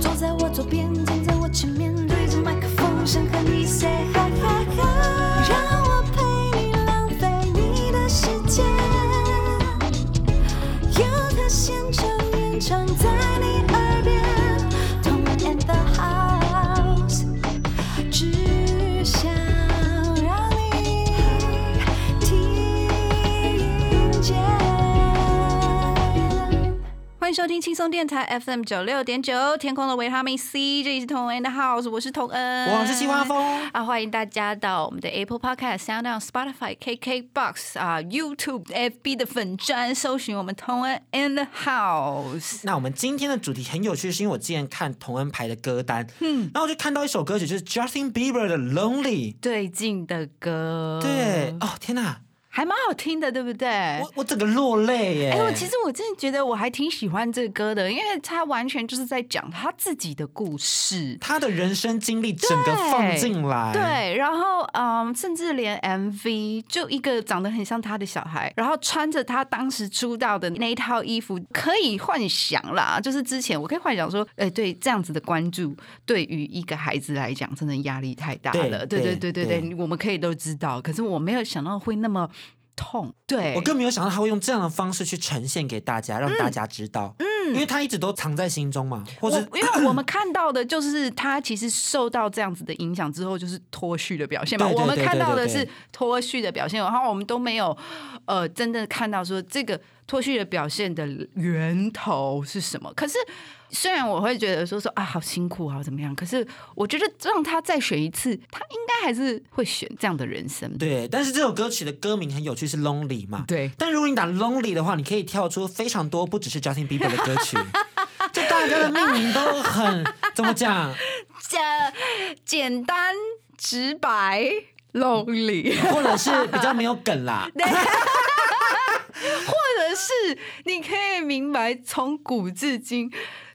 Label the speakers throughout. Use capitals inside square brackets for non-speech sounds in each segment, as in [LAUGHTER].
Speaker 1: 坐在我左边，站在我前面，对着麦克风，想和你 say hi hi hi，让我陪你浪费你的时间。有他现场演唱在你耳边，同玩 and the house，只想让你听见。
Speaker 2: 欢迎收听轻松电台 FM 九六点九，天空的维他命 C，这里是童恩的 House，我是童恩，
Speaker 3: 我是西瓜风。
Speaker 2: 啊，欢迎大家到我们的 Apple Podcast、Sound On、Spotify、KK Box 啊、YouTube、FB 的粉专，搜寻我们童恩 in the House。
Speaker 3: 那我们今天的主题很有趣，是因为我之前看同恩排的歌单，嗯，然后我就看到一首歌曲，就是 Justin Bieber 的 Lonely。
Speaker 2: 最近的歌，
Speaker 3: 对，，哦天哪，
Speaker 2: 还蛮好听的，对不对？
Speaker 3: 我我整个落泪耶！
Speaker 2: 哎、我其实我真的觉得我还挺喜欢这个歌的，因为他完全就是在讲他自己的故事。
Speaker 3: 他的人生经历整个放进来，，
Speaker 2: 对，然后嗯，甚至连 MV 就一个长得很像他的小孩，然后穿着他当时出道的那一套衣服，可以幻想啦，就是之前我可以幻想说，哎、对这样子的关注，对于一个孩子来讲，真的压力太大
Speaker 3: 对
Speaker 2: 了。对对
Speaker 3: 对
Speaker 2: 对对对，
Speaker 3: 对
Speaker 2: 我们可以都知道，可是我没有想到会那么痛。对，
Speaker 3: 我更没有想到他会用这样的方式去呈现给大家，让大家知道，嗯，因为他一直都藏在心中嘛，或
Speaker 2: 我
Speaker 3: 者
Speaker 2: 因为我们看到的就是他其实受到这样子的影响之后，就是脱序的表现嘛。
Speaker 3: 对对
Speaker 2: 我们
Speaker 3: 对
Speaker 2: 看
Speaker 3: 对
Speaker 2: 到
Speaker 3: 对
Speaker 2: 的
Speaker 3: 对
Speaker 2: 是脱序的表现，然后我们都没有呃真的看到说这个脱序的表现的源头是什么。可是虽然我会觉得说说啊好辛苦啊怎么样，可是我觉得让他再选一次，他应该还是会选这样的人生。
Speaker 3: 对，但是这首歌曲的歌名很有趣，是 Lonely 嘛，
Speaker 2: 对
Speaker 3: 但如果你打 Lonely 的话，你可以跳出非常多不只是 Justin Bieber 的歌曲， [LAUGHS] 就大家的命名都很怎
Speaker 2: [LAUGHS]
Speaker 3: 么讲，
Speaker 2: 这简单直白 lonely。
Speaker 3: 或者是比较没有梗啦。
Speaker 2: [LAUGHS] 或者是你可以明白从古至今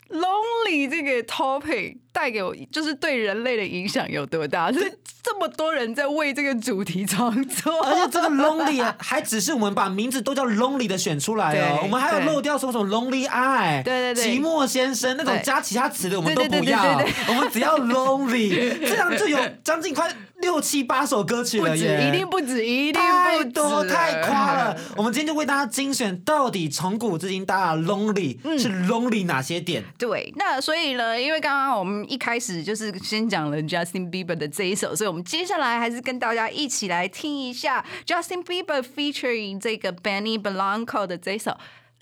Speaker 2: ，lonely 这个 topic 带给我就是对人类的影响有多大？是这么多人在为这个主题创
Speaker 3: [LAUGHS] 而
Speaker 2: 作。
Speaker 3: 且这个 lonely 啊还只是我们把名字都叫 lonely 的选出来哦
Speaker 2: 对，
Speaker 3: 我们还有
Speaker 2: 对
Speaker 3: 漏掉什么什么 lonely eye，
Speaker 2: 对对对
Speaker 3: 寂寞先生那种
Speaker 2: 对
Speaker 3: 加其他词的我们都
Speaker 2: 对对
Speaker 3: 不
Speaker 2: 对
Speaker 3: 要
Speaker 2: 对对，
Speaker 3: 我们只要
Speaker 2: [LAUGHS]
Speaker 3: lonely，这样就有将近快六七八首歌曲
Speaker 2: 不
Speaker 3: 了
Speaker 2: 止，
Speaker 3: 耶，
Speaker 2: 一定不止，一定
Speaker 3: 太
Speaker 2: 不止，
Speaker 3: 多太夸了。我们今天就为大家精选，到底从古至今大家 lonely、是 lonely 哪些点？
Speaker 2: 对，那所以呢，因为刚刚我们一开始就是先讲了 Justin Bieber 的这一首，所以我们接下来还是跟大家一起来听一下 Justin Bieber featuring 这个 Benny Blanco 的这一首。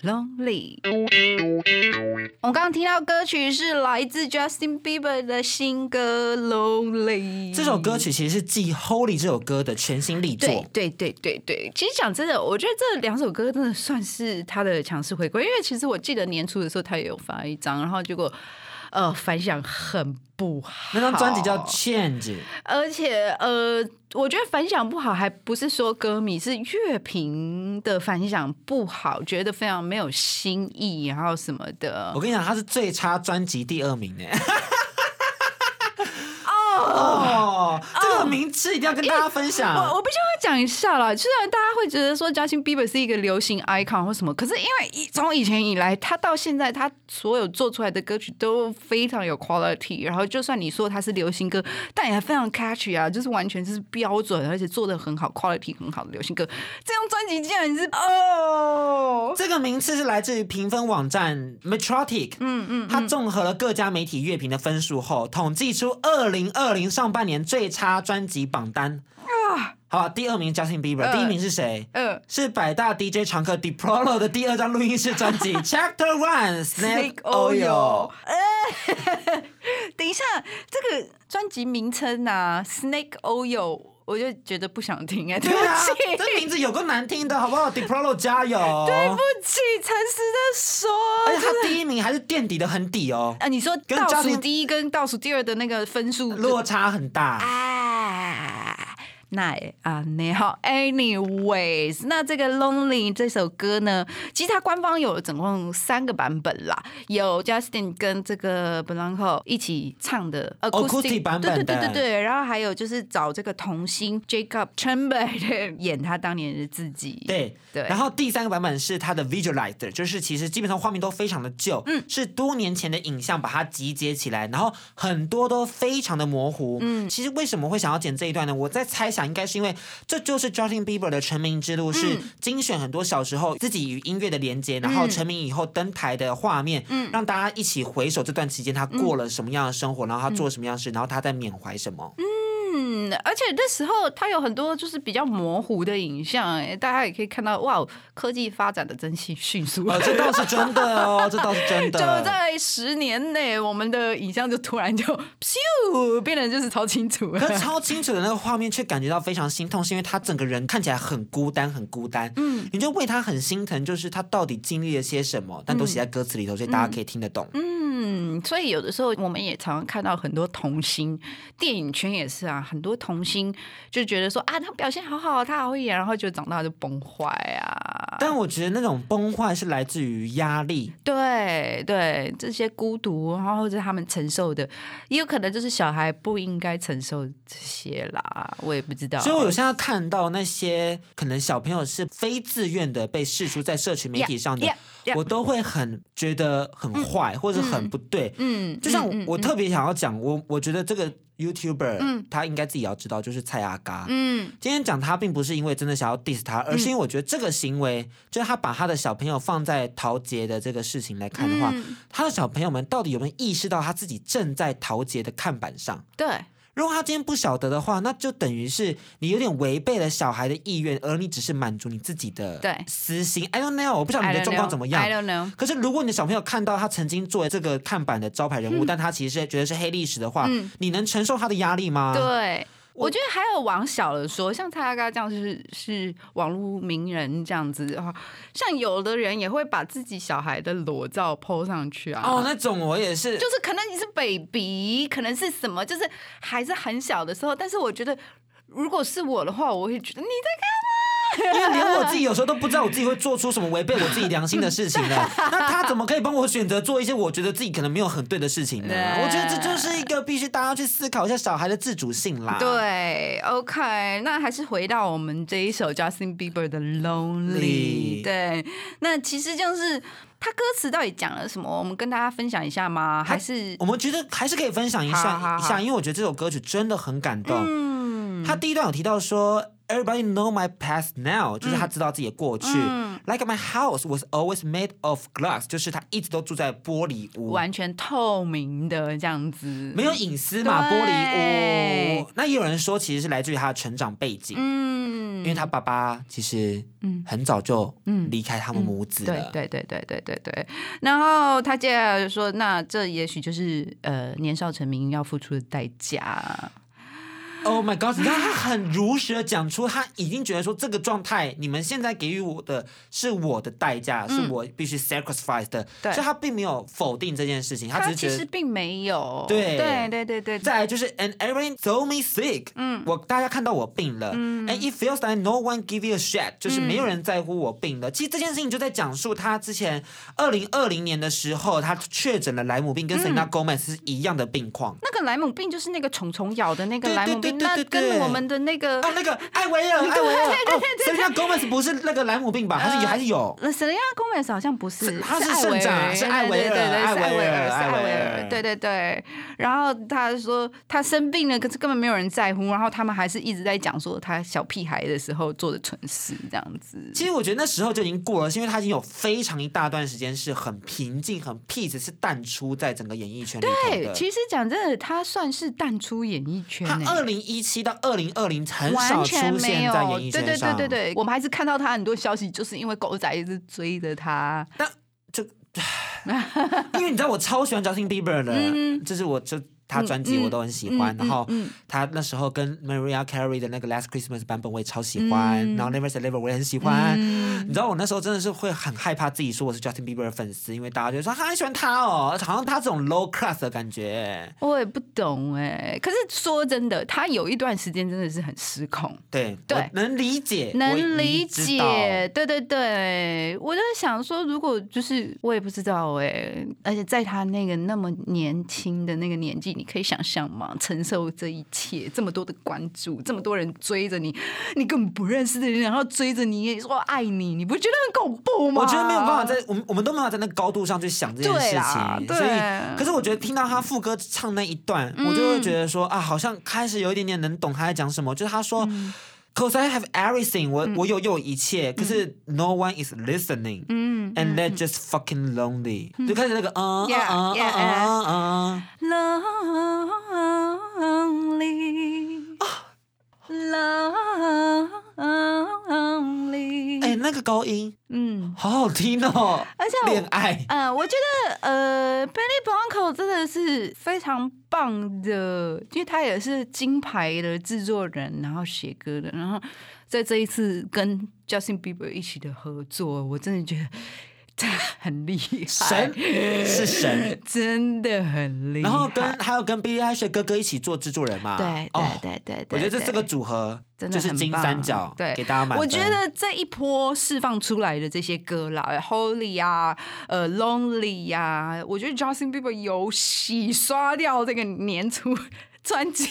Speaker 2: Lonely。我刚刚听到歌曲是来自 Justin Bieber 的新歌《Lonely》。
Speaker 3: 这首歌曲其实是继《Holy》这首歌的全新力
Speaker 2: 对
Speaker 3: 作。
Speaker 2: 对对对对，其实讲真的，我觉得这两首歌真的算是他的强势回归，因为其实我记得年初的时候他也有发一张，然后结果呃反响很不好，
Speaker 3: 那张专辑叫《Change》，
Speaker 2: 而且呃，我觉得反响不好，还不是说歌迷是乐评的反响不好，觉得非常没有新意，然后什么的
Speaker 3: 我。跟你讲，它是最差专辑第二名呢。 [LAUGHS] 哦，这个名次一定要跟大家分
Speaker 2: 我
Speaker 3: 享。
Speaker 2: 我必须要讲一下啦，虽然大家会觉得说 Justin Bieber 是一个流行 icon 或什么，可是因为以从以前以来，他到现在他所有做出来的歌曲都非常有 quality，然后就算你说他是流行歌，但也非常 catchy 啊，就是完全就是标准，而且做的很好，quality 很好的流行歌。这张专辑竟然是哦，
Speaker 3: 这个名次是来自于评分网站 Metrotic，嗯嗯，它综合了各家媒体乐评的分数后，统计出二零二零上半年最差专辑榜单。好吧，第二名 Justin Bieber，、
Speaker 2: 呃
Speaker 3: 第一名是谁？
Speaker 2: 呃
Speaker 3: 是百大 DJ 常客 Diplo 的第二张录音室专辑 Chapter One Snake [LAUGHS] Oil。
Speaker 2: 哎等一下，这个专辑名称啊，Snake Oil，我就觉得不想听哎、对
Speaker 3: 对
Speaker 2: 不
Speaker 3: 啊
Speaker 2: 起，，
Speaker 3: 这名字有够难听的，好不好？Diplo 加油！
Speaker 2: 对不起，诚实的说，
Speaker 3: 而且哦哎他第一名还是垫底的很底哦，
Speaker 2: 啊，你说
Speaker 3: 跟
Speaker 2: 倒
Speaker 3: 家
Speaker 2: 数
Speaker 3: 庭
Speaker 2: 第一跟倒数第二的那个分数
Speaker 3: 落差很大。
Speaker 2: 啊，奈啊你好，anyways，那这个 Lonely 这首歌呢，其实它官方有总共三个版本啦，有 Justin 跟这个 Blanco 一起唱的
Speaker 3: 哦 Acoustic 版本
Speaker 2: 对对
Speaker 3: 的
Speaker 2: 对对对，然后还有就是找这个童星 Jacob Chamberlain 演他当年的自己，
Speaker 3: 嗯对
Speaker 2: 对
Speaker 3: 然后第三个版本是它的 visualizer，就是其实基本上画面都非常的旧，嗯，是多年前的影像把它集结起来，然后很多都非常的模糊，嗯，其实为什么会想要剪这一段呢？我在猜想，应该是因为这就是 Justin Bieber 的成名之路，是精选很多小时候自己与音乐的连接，然后成名以后登台的画面，嗯，让大家一起回首这段期间他过了什么样的生活，然后他做了什么样的事，然后他在缅怀什么，
Speaker 2: 嗯，而且那时候它有很多就是比较模糊的影像，哎，大家也可以看到，哇，科技发展的真迅迅速。
Speaker 3: 哦，这倒是真的哦， [LAUGHS] 这倒是真
Speaker 2: 就
Speaker 3: 的，
Speaker 2: 在十年内，我们的影像就突然就 [LAUGHS] 咻变得就是超清楚
Speaker 3: [LAUGHS] 可是
Speaker 2: 了。
Speaker 3: 超清楚的那个画面，却感觉到非常心痛，是因为他整个人看起来很孤单，很孤单。嗯，你就为他很心疼，就是他到底经历了些什么，但都写在歌词里头，所以大家可以听得懂。
Speaker 2: 嗯，所以有的时候我们也常常看到很多童星，电影圈也是啊，很多童星就觉得说啊，他表现好好，他好会演，然后就长大就崩坏啊。
Speaker 3: 但我觉得那种崩坏是来自于压力，
Speaker 2: 对对，这些孤独，然后或者他们承受的，也有可能就是小孩不应该承受这些啦，我也不知道。
Speaker 3: 所以我有现在看到那些可能小朋友是非自愿的被释出在社群媒体上的
Speaker 2: Yeah, yeah, yeah
Speaker 3: 我都会很觉得很坏，或者很不对。
Speaker 2: 嗯，
Speaker 3: 就像
Speaker 2: 嗯嗯
Speaker 3: 我特别想要讲，我我觉得这个 YouTuber、他应该自己要知道，就是蔡阿嘎，
Speaker 2: 嗯
Speaker 3: 今天讲他并不是因为真的想要 diss 他，而是因为我觉得这个行为，就是他把他的小朋友放在陶杰的这个事情来看的话，
Speaker 2: 嗯，
Speaker 3: 他的小朋友们到底有没有意识到他自己正在陶杰的看板上？
Speaker 2: 对。
Speaker 3: 如果他今天不晓得的话，那就等于是你有点违背了小孩的意愿，而你只是满足你自己的
Speaker 2: 对
Speaker 3: 私心。I don't know，我不晓得
Speaker 2: I
Speaker 3: 你的
Speaker 2: don't
Speaker 3: 状况怎么样
Speaker 2: know,？I。don't know。
Speaker 3: 可是，如果你的小朋友看到他曾经作为这个看板的招牌人
Speaker 2: 嗯
Speaker 3: 物，但他其实是觉得是黑历史的话，你能承受他的压力吗？
Speaker 2: 对，我觉得还有往小了说，像蔡阿嘎这样是是网络名人这样子的话，像有的人也会把自己小孩的裸照 PO 上去啊。
Speaker 3: 哦，那种我也是，
Speaker 2: 就是可能你是 baby，可能是什么，就是还是很小的时候。但是我觉得，如果是我的话，我会觉得你
Speaker 3: 因为连我自己有时候都不知道我自己会做出什么违背我自己良心的事情呢。
Speaker 2: [LAUGHS]
Speaker 3: 那他怎么可以帮我选择做一些我觉得自己可能没有很对的事情呢？
Speaker 2: 对
Speaker 3: 我觉得这就是一个必须大家去思考一下小孩的自主性啦。
Speaker 2: 在对，OK。那还是回到我们这一首 Justin Bieber 的 Lonely，
Speaker 3: Lonely
Speaker 2: 对，那其实就是他歌词到底讲了什么？我们跟大家分享一下吗？还是
Speaker 3: 我们觉得还是可以分享一
Speaker 2: 好好
Speaker 3: 下
Speaker 2: 好
Speaker 3: 一下，因为我觉得这首歌曲真的很感动。
Speaker 2: 嗯
Speaker 3: 他第一段有提到说，Everybody know my past
Speaker 2: 嗯
Speaker 3: now，就是他知道自己的过去。Like my house was always made of glass，就是他一直都住在玻璃屋。
Speaker 2: 完全透明的这样子？
Speaker 3: 没有隐私嘛，玻
Speaker 2: 对
Speaker 3: 璃屋。那也有人说，其实是来自于他的成长背景，
Speaker 2: 嗯嗯
Speaker 3: 因为他爸爸其实很早就离开他们母子
Speaker 2: 对
Speaker 3: 了。
Speaker 2: 对对对对对对。然后他接下来就说：“那这也许就是呃年少成名要付出的代价。
Speaker 3: Oh my god！你看他很如实的讲出，他已经觉得说这个状态，你们现在给予我的是我的代价，是我必须 sacrifice 的。
Speaker 2: 对
Speaker 3: 所以他并没有否定这件事情，”
Speaker 2: 他
Speaker 3: 只
Speaker 2: 其
Speaker 3: 是觉
Speaker 2: 实
Speaker 3: 得。
Speaker 2: 并没有。
Speaker 3: 对
Speaker 2: 对对对对。
Speaker 3: 再来就是，and everyone told me sick，嗯，我大家看到我病了、a n d it feels like no one give you a shit，就是没有人在乎我病了。其实这件事情就在讲述他之前二零二零年的时候，他确诊了莱姆病，跟 Selena Gomez 是一样的病况。
Speaker 2: 那个莱姆病就是那个虫虫咬的那个
Speaker 3: 对
Speaker 2: 莱
Speaker 3: 对
Speaker 2: 姆
Speaker 3: 对
Speaker 2: 病，
Speaker 3: 对
Speaker 2: 那
Speaker 3: 对对
Speaker 2: 跟我们的那个
Speaker 3: [LAUGHS] 哦，那个艾维
Speaker 2: [LAUGHS]
Speaker 3: 尔，艾维尔，哦，Selena Gomez 不是那个莱姆病
Speaker 2: 嗯
Speaker 3: 吧？还是有还是有？
Speaker 2: 那谁呀？公美好像不是，
Speaker 3: 是他是
Speaker 2: 艾
Speaker 3: 圣
Speaker 2: 维
Speaker 3: 长
Speaker 2: 尔
Speaker 3: 是艾
Speaker 2: 对
Speaker 3: 维
Speaker 2: 对对对
Speaker 3: 尔
Speaker 2: 是
Speaker 3: 艾
Speaker 2: 艾
Speaker 3: 维
Speaker 2: 维
Speaker 3: 尔
Speaker 2: 是
Speaker 3: 艾
Speaker 2: 艾
Speaker 3: 维
Speaker 2: 维
Speaker 3: 尔
Speaker 2: 尔，对对对。然后他说他生病了，可是根本没有人在乎，然后他们还是一直在讲说他小屁孩的时候做的蠢事这样子。
Speaker 3: 其实我觉得那时候就已经过了，是因为他已经有非常一大段时间是很平静、很 peace，是淡出在整个演艺圈里头
Speaker 2: 对，
Speaker 3: 的。
Speaker 2: 其实讲真的，他算是淡出演艺圈
Speaker 3: 他
Speaker 2: 欸
Speaker 3: 二零一七到二零二零很少
Speaker 2: 完全
Speaker 3: 出
Speaker 2: 没
Speaker 3: 现
Speaker 2: 有
Speaker 3: 在演艺，
Speaker 2: 对对对
Speaker 3: 圈上，
Speaker 2: 对对，我们还是看到他很多消息，就是因为狗仔一直追着他。
Speaker 3: [LAUGHS] 因为你知道我超喜欢 Justin Bieber 的，就是我就他专辑我都很喜欢，
Speaker 2: 嗯嗯嗯
Speaker 3: 然后他那时候跟 Maria Carey 的那个 Last Christmas 版本我也超喜欢，
Speaker 2: 嗯
Speaker 3: 然后 Never Say Never 我也很喜欢。你知道我那时候真的是会很害怕自己说我是 Justin Bieber 的粉丝，因为大家就会说啊他很喜欢他哦，好像他这种 low class 的感觉。
Speaker 2: 我也不懂哎、可是说真的，他有一段时间真的是很失控，
Speaker 3: 对，
Speaker 2: 对
Speaker 3: 我能理解，我
Speaker 2: 能
Speaker 3: 也
Speaker 2: 理
Speaker 3: 知道
Speaker 2: 解。对对对，我就想说，如果就是我也不知道哎、而且在他那个那么年轻的那个年纪，你可以想象吗？承受这一切，这么多的关注，这么多人追着你，你根本不认识的人，然后追着你，也说爱你，你不觉得很恐怖吗？
Speaker 3: 我觉得没有办法在我们我们都没有在那个高度上去想这件事
Speaker 2: 对啦
Speaker 3: 情，
Speaker 2: 对嗯
Speaker 3: 所以可是我觉得听到他副歌唱那一段，我就会觉得说啊，好像开始有一点点能懂他在讲什么，就是他说。Cause
Speaker 2: 嗯
Speaker 3: I have everything，我、我有有一切，可是
Speaker 2: 嗯
Speaker 3: no one is listening，嗯，and they're just fucking lonely，、就开始那个嗯嗯
Speaker 2: Mm-hmm Yeah,
Speaker 3: 嗯嗯
Speaker 2: yeah,
Speaker 3: 嗯嗯， [LAUGHS]
Speaker 2: Lonely,
Speaker 3: 啊
Speaker 2: lonely。
Speaker 3: 哎、那个高音
Speaker 2: 嗯，
Speaker 3: 好好听哦，
Speaker 2: Mm-hmm 而且我
Speaker 3: 恋爱，
Speaker 2: 呃，我觉得呃，Benny Blanco 真的是非常棒的，因为他也是金牌的制作人，然后写歌的，然后在这一次跟 Justin Bieber 一起的合作，我真的觉得 [LAUGHS] 他很厉害，
Speaker 3: 神是神，
Speaker 2: [LAUGHS] 真的很厉害。
Speaker 3: 然后跟还有跟 B I H 哥哥一起做制作人嘛，
Speaker 2: 对
Speaker 3: 哦
Speaker 2: 对对对对，
Speaker 3: 我觉得这
Speaker 2: 对
Speaker 3: 这个组合
Speaker 2: 真的
Speaker 3: 就是
Speaker 2: 很
Speaker 3: 金
Speaker 2: 棒
Speaker 3: 三角，
Speaker 2: 对，
Speaker 3: 给大家买。
Speaker 2: 我觉得这一波释放出来的这些歌啦呃，Holy 啊，呃，Lonely 呀、啊，我觉得 Justin Bieber 有洗刷掉这个年初 [LAUGHS] 专辑，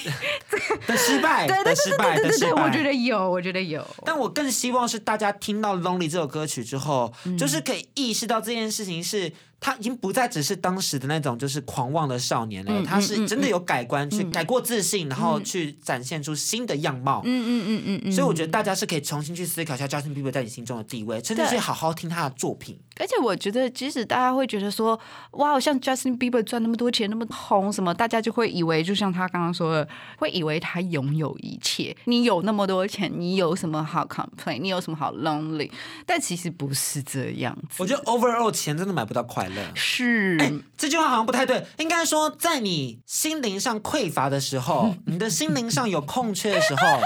Speaker 3: 的失败，
Speaker 2: 对对对
Speaker 3: [LAUGHS] 的失
Speaker 2: 对
Speaker 3: 败，
Speaker 2: 对
Speaker 3: 的
Speaker 2: 对
Speaker 3: 失
Speaker 2: 对，
Speaker 3: 败。
Speaker 2: 我觉得有，我觉得有。
Speaker 3: 但我更希望是大家听到《Lonely》这首歌曲之后，
Speaker 2: 嗯
Speaker 3: 就是可以意识到这件事情是，他已经不再只是当时的那种就是狂妄的少年
Speaker 2: 嗯
Speaker 3: 了，他是真的有改观，去改过自新，然后去展现出新的样貌。
Speaker 2: 嗯嗯嗯嗯嗯，
Speaker 3: 所以我觉得大家是可以重新去思考一下 Justin Bieber 在你心中的地位，甚至
Speaker 2: 对
Speaker 3: 去好好听他的作品。
Speaker 2: 而且我觉得，即使大家会觉得说，哇，像 Justin Bieber 赚那么多钱，那么红什么，大家就会以为，就像他刚刚说的，会以为他拥有一切。你有那么多钱，你有什么好 complain？你有什么好 lonely？但其实不是这样子
Speaker 3: 我，觉得 overall 钱真的买不到快乐。
Speaker 2: 是、
Speaker 3: 这句话好像不太对，应该说，在你心灵上匮乏的
Speaker 2: [LAUGHS]
Speaker 3: 时候，你的心灵上有空缺的时候，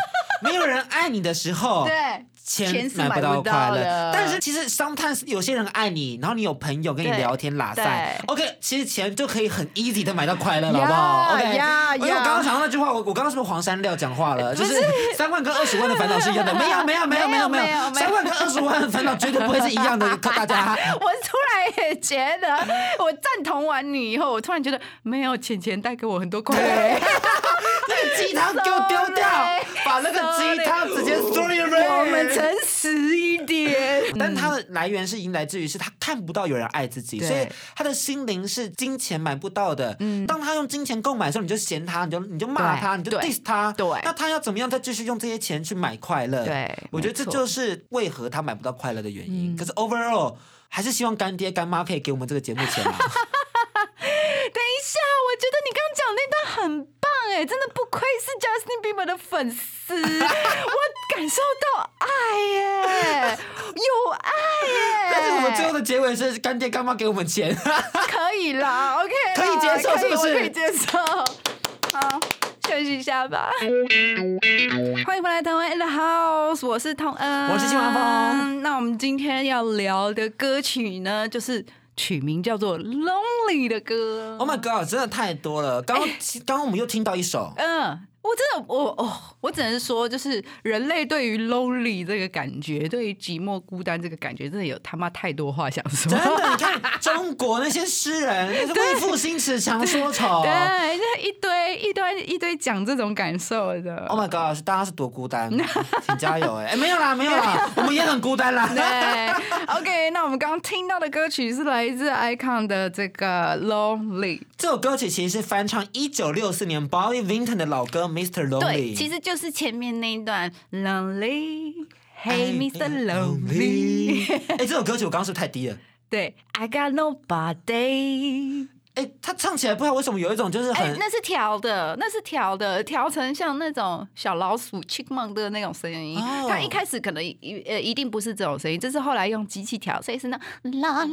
Speaker 3: 没有人爱你的时候，
Speaker 2: 对。
Speaker 3: 钱
Speaker 2: 钱是
Speaker 3: 买不到
Speaker 2: 买不到
Speaker 3: 快乐
Speaker 2: 的。
Speaker 3: 但是其实 sometimes 有些人爱你，然后你有朋友跟你
Speaker 2: 对
Speaker 3: 聊天拉塞
Speaker 2: 对
Speaker 3: ，OK，其实钱就可以很 easy 的买到快乐了，
Speaker 2: 呀
Speaker 3: 好不好？OK，
Speaker 2: 呀
Speaker 3: 因为我
Speaker 2: 呀
Speaker 3: 刚刚想到那句话，我我刚刚是不是黄山料讲话了？就是三万跟二十万的烦恼是一样的，没有没有没有没有没
Speaker 2: 没有没
Speaker 3: 有，
Speaker 2: 有
Speaker 3: 三万跟二十万的烦恼绝对不会是一
Speaker 2: [LAUGHS]
Speaker 3: 样的，大家。
Speaker 2: 我突然也觉得，我赞同完你以后，我突然觉得没有钱钱带给我很多快乐。
Speaker 3: [LAUGHS] 那个鸡汤给我丢掉
Speaker 2: Sorry，
Speaker 3: 把那个鸡汤直接 sorry
Speaker 2: 我们诚实一点。
Speaker 3: 但它的来源是已经来自于是他看不到有人爱自己，
Speaker 2: 对
Speaker 3: 所以他的心灵是金钱买不到的。当他用金钱购买的时候，你就嫌他，你就你就骂他，
Speaker 2: 对
Speaker 3: 你就
Speaker 2: 对
Speaker 3: diss 他。
Speaker 2: 对
Speaker 3: 那他要怎么样再继续用这些钱去买快乐？
Speaker 2: 对
Speaker 3: 我觉得这
Speaker 2: 没错
Speaker 3: 就是为何他买不到快乐的原因。可是 overall 还是希望干爹干妈可以给我们这个节目钱 [LAUGHS] 啊。
Speaker 2: 等一下，我觉得你刚讲那段很棒哎，真的不愧是 Justin Bieber 的粉
Speaker 3: [LAUGHS]
Speaker 2: 丝，我感受到爱
Speaker 3: [LAUGHS]
Speaker 2: 耶，有爱耶。
Speaker 3: 但是我们最后的结尾是干爹干妈给我们钱。
Speaker 2: 可以啦，OK，啦
Speaker 3: 可以接受
Speaker 2: 可以
Speaker 3: 是不是
Speaker 2: 我可以接受。好，休息一下吧。欢迎回来，台湾 in the house，我是童恩，
Speaker 3: 我是金华峰。
Speaker 2: 那我们今天要聊的歌曲呢，就是取名叫做《Lonely》的歌。
Speaker 3: Oh my god，真的太多了。刚
Speaker 2: [LAUGHS]
Speaker 3: 刚刚刚我们又听到一首。
Speaker 2: 嗯，我真的，我哦，我只能说，就是人类对于 lonely 这个感觉，对于寂寞孤单这个感觉，真的有他妈太多话想说
Speaker 3: 真。的，你看中国那些诗
Speaker 2: [LAUGHS]
Speaker 3: 人，为赋新词强说愁。
Speaker 2: 对，就是一堆一堆一堆讲这种感受的。
Speaker 3: Oh my god，大家是多孤
Speaker 2: [LAUGHS]
Speaker 3: 单，请加油哎、哎没有啦，没有啦，我们也很孤单啦。
Speaker 2: [LAUGHS] 对，OK，那我们刚刚听到的歌曲是来自 Icon 的这个 Lonely。
Speaker 3: 这首歌曲其实是翻唱一九六四年 Bobby Vinton 的老歌《Mr. Lonely》。
Speaker 2: 对，其实就是前面那一段 Lonely。Hey, Mr. Lonely，
Speaker 3: Lonely。哎、这首歌曲我刚刚是不是太低了？
Speaker 2: [LAUGHS] 对，I got nobody。
Speaker 3: 哎、他唱起来不知道为什么有一种就是
Speaker 2: 哎、
Speaker 3: 很、
Speaker 2: 那是调的，那是调的，调成像那种小老鼠 chickmunk 的那种声音。
Speaker 3: 哦
Speaker 2: 它一开始可能一呃一定不是这种声音，这是后来用机器调，所以是那 lonely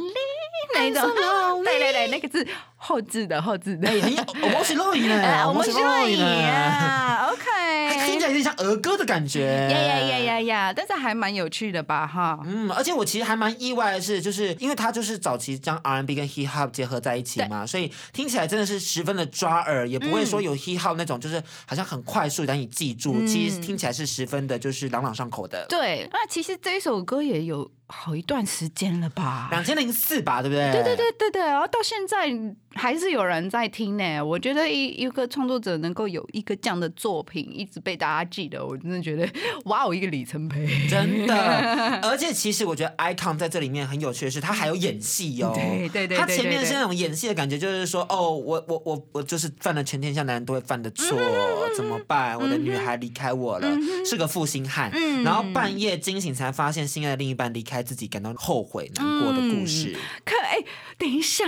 Speaker 2: 那一种
Speaker 3: I'm so lonely
Speaker 2: [LAUGHS] 对对对，那个字后置的后置的， [LAUGHS]
Speaker 3: 哎、很有，我是露营
Speaker 2: 哎
Speaker 3: 呢，
Speaker 2: 我们是啊
Speaker 3: 露营呢，
Speaker 2: 呀
Speaker 3: 啊 [LAUGHS] 还听
Speaker 2: ，OK，
Speaker 3: 起来有点像儿歌的感觉，
Speaker 2: 呀呀呀呀呀，但是还蛮有趣的吧，哈。
Speaker 3: 嗯，而且我其实还蛮意外的是，就是因为它就是早期将 R&B 跟 Hip Hop 结合在一起嘛，所以听起来真的是十分的抓耳，也不会
Speaker 2: 嗯
Speaker 3: 说有 Hip Hop 那种就是好像很快速让你记住，其实听起来是十分的就是朗朗上口的。
Speaker 2: 对，那其实这一首歌也有好一段时间了吧？
Speaker 3: 两千零四吧，对不对？
Speaker 2: 对对对对对，然后到现在还是有人在听呢。我觉得一一个创作者能够有一个这样的作品一直被大家记得，我真的觉得 [LAUGHS] 哇哦，一个里程碑。
Speaker 3: 真的，而且其实我觉得 Icon 在这里面很有趣的是，他还有演戏哦。
Speaker 2: 对对对
Speaker 3: 他
Speaker 2: 对
Speaker 3: 前面
Speaker 2: 对对
Speaker 3: 是那种演戏的感觉，就是说，哦，我我我我就是犯了全天下男人都会犯的
Speaker 2: 嗯
Speaker 3: 错，怎么办？我的女孩离开我了，是个负心汉。
Speaker 2: 嗯
Speaker 3: 然后半夜惊醒才发现心爱的另一半离开自己，感到后悔难过的故事。
Speaker 2: [LAUGHS] 可哎、等一下，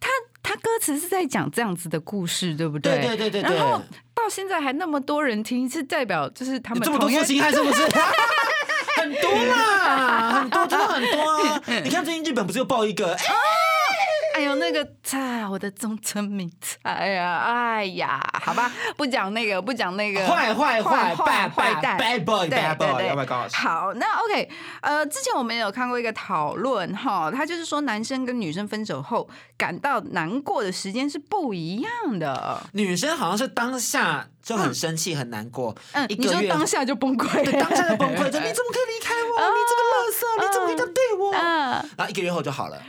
Speaker 2: 他他歌词是在讲这样子的故事，对不
Speaker 3: 对
Speaker 2: 对
Speaker 3: 对对对
Speaker 2: 然后
Speaker 3: 对，
Speaker 2: 到现在还那么多人听，是代表就是他们
Speaker 3: 这么多
Speaker 2: 同样
Speaker 3: 负心汉是不是？ [LAUGHS] 很多啦，很多，真的很
Speaker 2: [LAUGHS]
Speaker 3: 多啊！你看最近日本不是又爆一个？哎
Speaker 2: 哎呦，那个菜，我的终身名菜呀！哎呀，好吧，不讲那个，不讲那个，
Speaker 3: 坏坏坏
Speaker 2: 坏
Speaker 3: 坏
Speaker 2: 坏
Speaker 3: 坏
Speaker 2: 蛋
Speaker 3: bad boy
Speaker 2: 对
Speaker 3: bad
Speaker 2: 对
Speaker 3: boy
Speaker 2: 对
Speaker 3: oh my gosh
Speaker 2: 好，那 OK，呃，之前我们有看过一个讨论哈，他就是说男生跟女生分手后感到难过的时间是不一样的。
Speaker 3: 女生好像是当下就很生气、很难过，
Speaker 2: 嗯，
Speaker 3: 一
Speaker 2: 你
Speaker 3: 个
Speaker 2: 说
Speaker 3: 月
Speaker 2: 当下哦就崩溃，
Speaker 3: 对当下就
Speaker 2: [LAUGHS]
Speaker 3: 崩溃，就你怎么可以离开我？你这个垃圾，你怎么可以这样对我？
Speaker 2: 啊
Speaker 3: 然后一个月后就好了，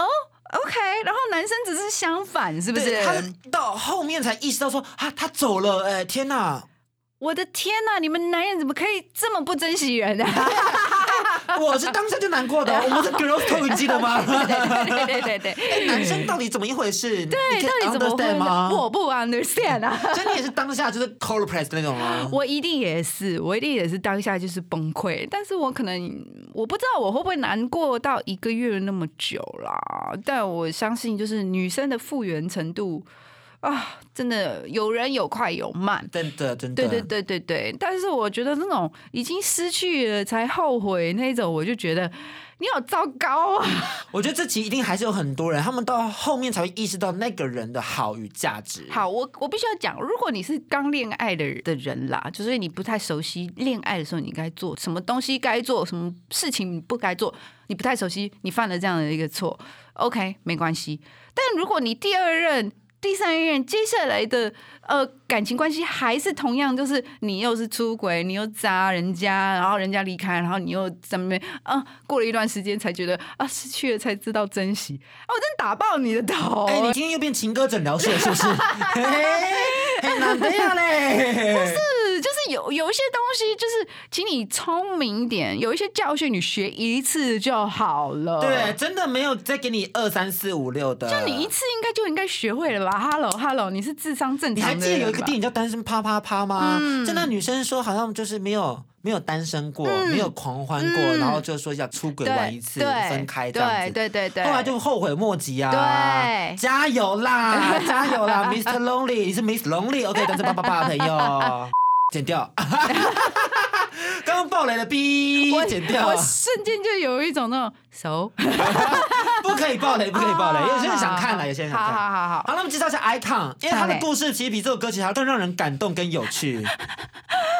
Speaker 2: ，OK，然后男生只是相反，是不是？
Speaker 3: 对，他到后面才意识到说啊，他走了，哎，天哪！
Speaker 2: 我的天呐，你们男人怎么可以这么不珍惜人啊？ [LAUGHS]
Speaker 3: 我是当下就难过的，我们是 girl talk，你记得吗？
Speaker 2: [LAUGHS]
Speaker 3: 哎
Speaker 2: 对对对对对。
Speaker 3: 男生到底怎么一回事？对
Speaker 2: 对，到底怎么会
Speaker 3: 吗？ [LAUGHS]
Speaker 2: 我不 understand 啊！
Speaker 3: 所以你也是当下就是
Speaker 2: [LAUGHS]
Speaker 3: cold press 那种啊吗？
Speaker 2: 我一定也是，我一定也是当下就是崩溃，但是我可能我不知道我会不会难过到一个月那么久啦。但我相信，就是女生的复原程度啊，真的有人有快有慢。
Speaker 3: 真的真的，
Speaker 2: 对对对对对，但是我觉得那种已经失去了才后悔那种，我就觉得你好糟糕啊！
Speaker 3: 我觉得这期一定还是有很多人，他们到后面才会意识到那个人的好与价值。
Speaker 2: 好，我我必须要讲，如果你是刚恋爱的的人啦，就是你不太熟悉恋爱的时候，你该做什么东西该做，什么事情不该做，你不太熟悉，你犯了这样的一个错，OK，没关系。但如果你第二任、第三任接下来的呃感情关系还是同样，就是你又是出轨，你又渣人家，然后人家离开，然后你又在那边啊、过了一段时间才觉得啊失去了才知道珍惜，啊我真打爆你的头、
Speaker 3: 哎、你今天又变情歌诊疗室了，是 [LAUGHS] 不是？嘿嘿，难得呀嘞！
Speaker 2: 是，就是有有一些东西，就是请你聪明一点，有一些教训你学一次就好了。
Speaker 3: 对，。真的没有再给你二三四五六的。
Speaker 2: 就你一，次应该就应该学会了吧？Hello Hello，你是智商正
Speaker 3: 你
Speaker 2: 常的
Speaker 3: 还
Speaker 2: 人吧。
Speaker 3: 记得有一个电影叫《单身啪啪啪》吗？就那女生说好像就是没有没有单身过，没有狂欢过，然后就说要出轨玩一次，
Speaker 2: 对对
Speaker 3: 分开这样子。
Speaker 2: 对对对对。
Speaker 3: 后来就 [LAUGHS] 后悔莫及啊！
Speaker 2: 对
Speaker 3: 加油
Speaker 2: [LAUGHS]
Speaker 3: 啦，加油啦，Mr. Lonely，你是 Miss Lonely，OK，、单身爸爸爸的
Speaker 2: [LAUGHS]
Speaker 3: 朋友，剪掉。 [LAUGHS] 刚刚爆雷了逼
Speaker 2: 我，
Speaker 3: 剪掉
Speaker 2: 我。瞬间就有一种那种熟，
Speaker 3: [LAUGHS] 不可以爆雷，不可以爆雷，有些人想看了，有些人想
Speaker 2: 哦啊好好
Speaker 3: 看。
Speaker 2: 好好，
Speaker 3: 好，那我们介绍一下 Icon，因为他
Speaker 2: 好嘞
Speaker 3: 的故事其实比这首歌其实还更让人感动跟有趣。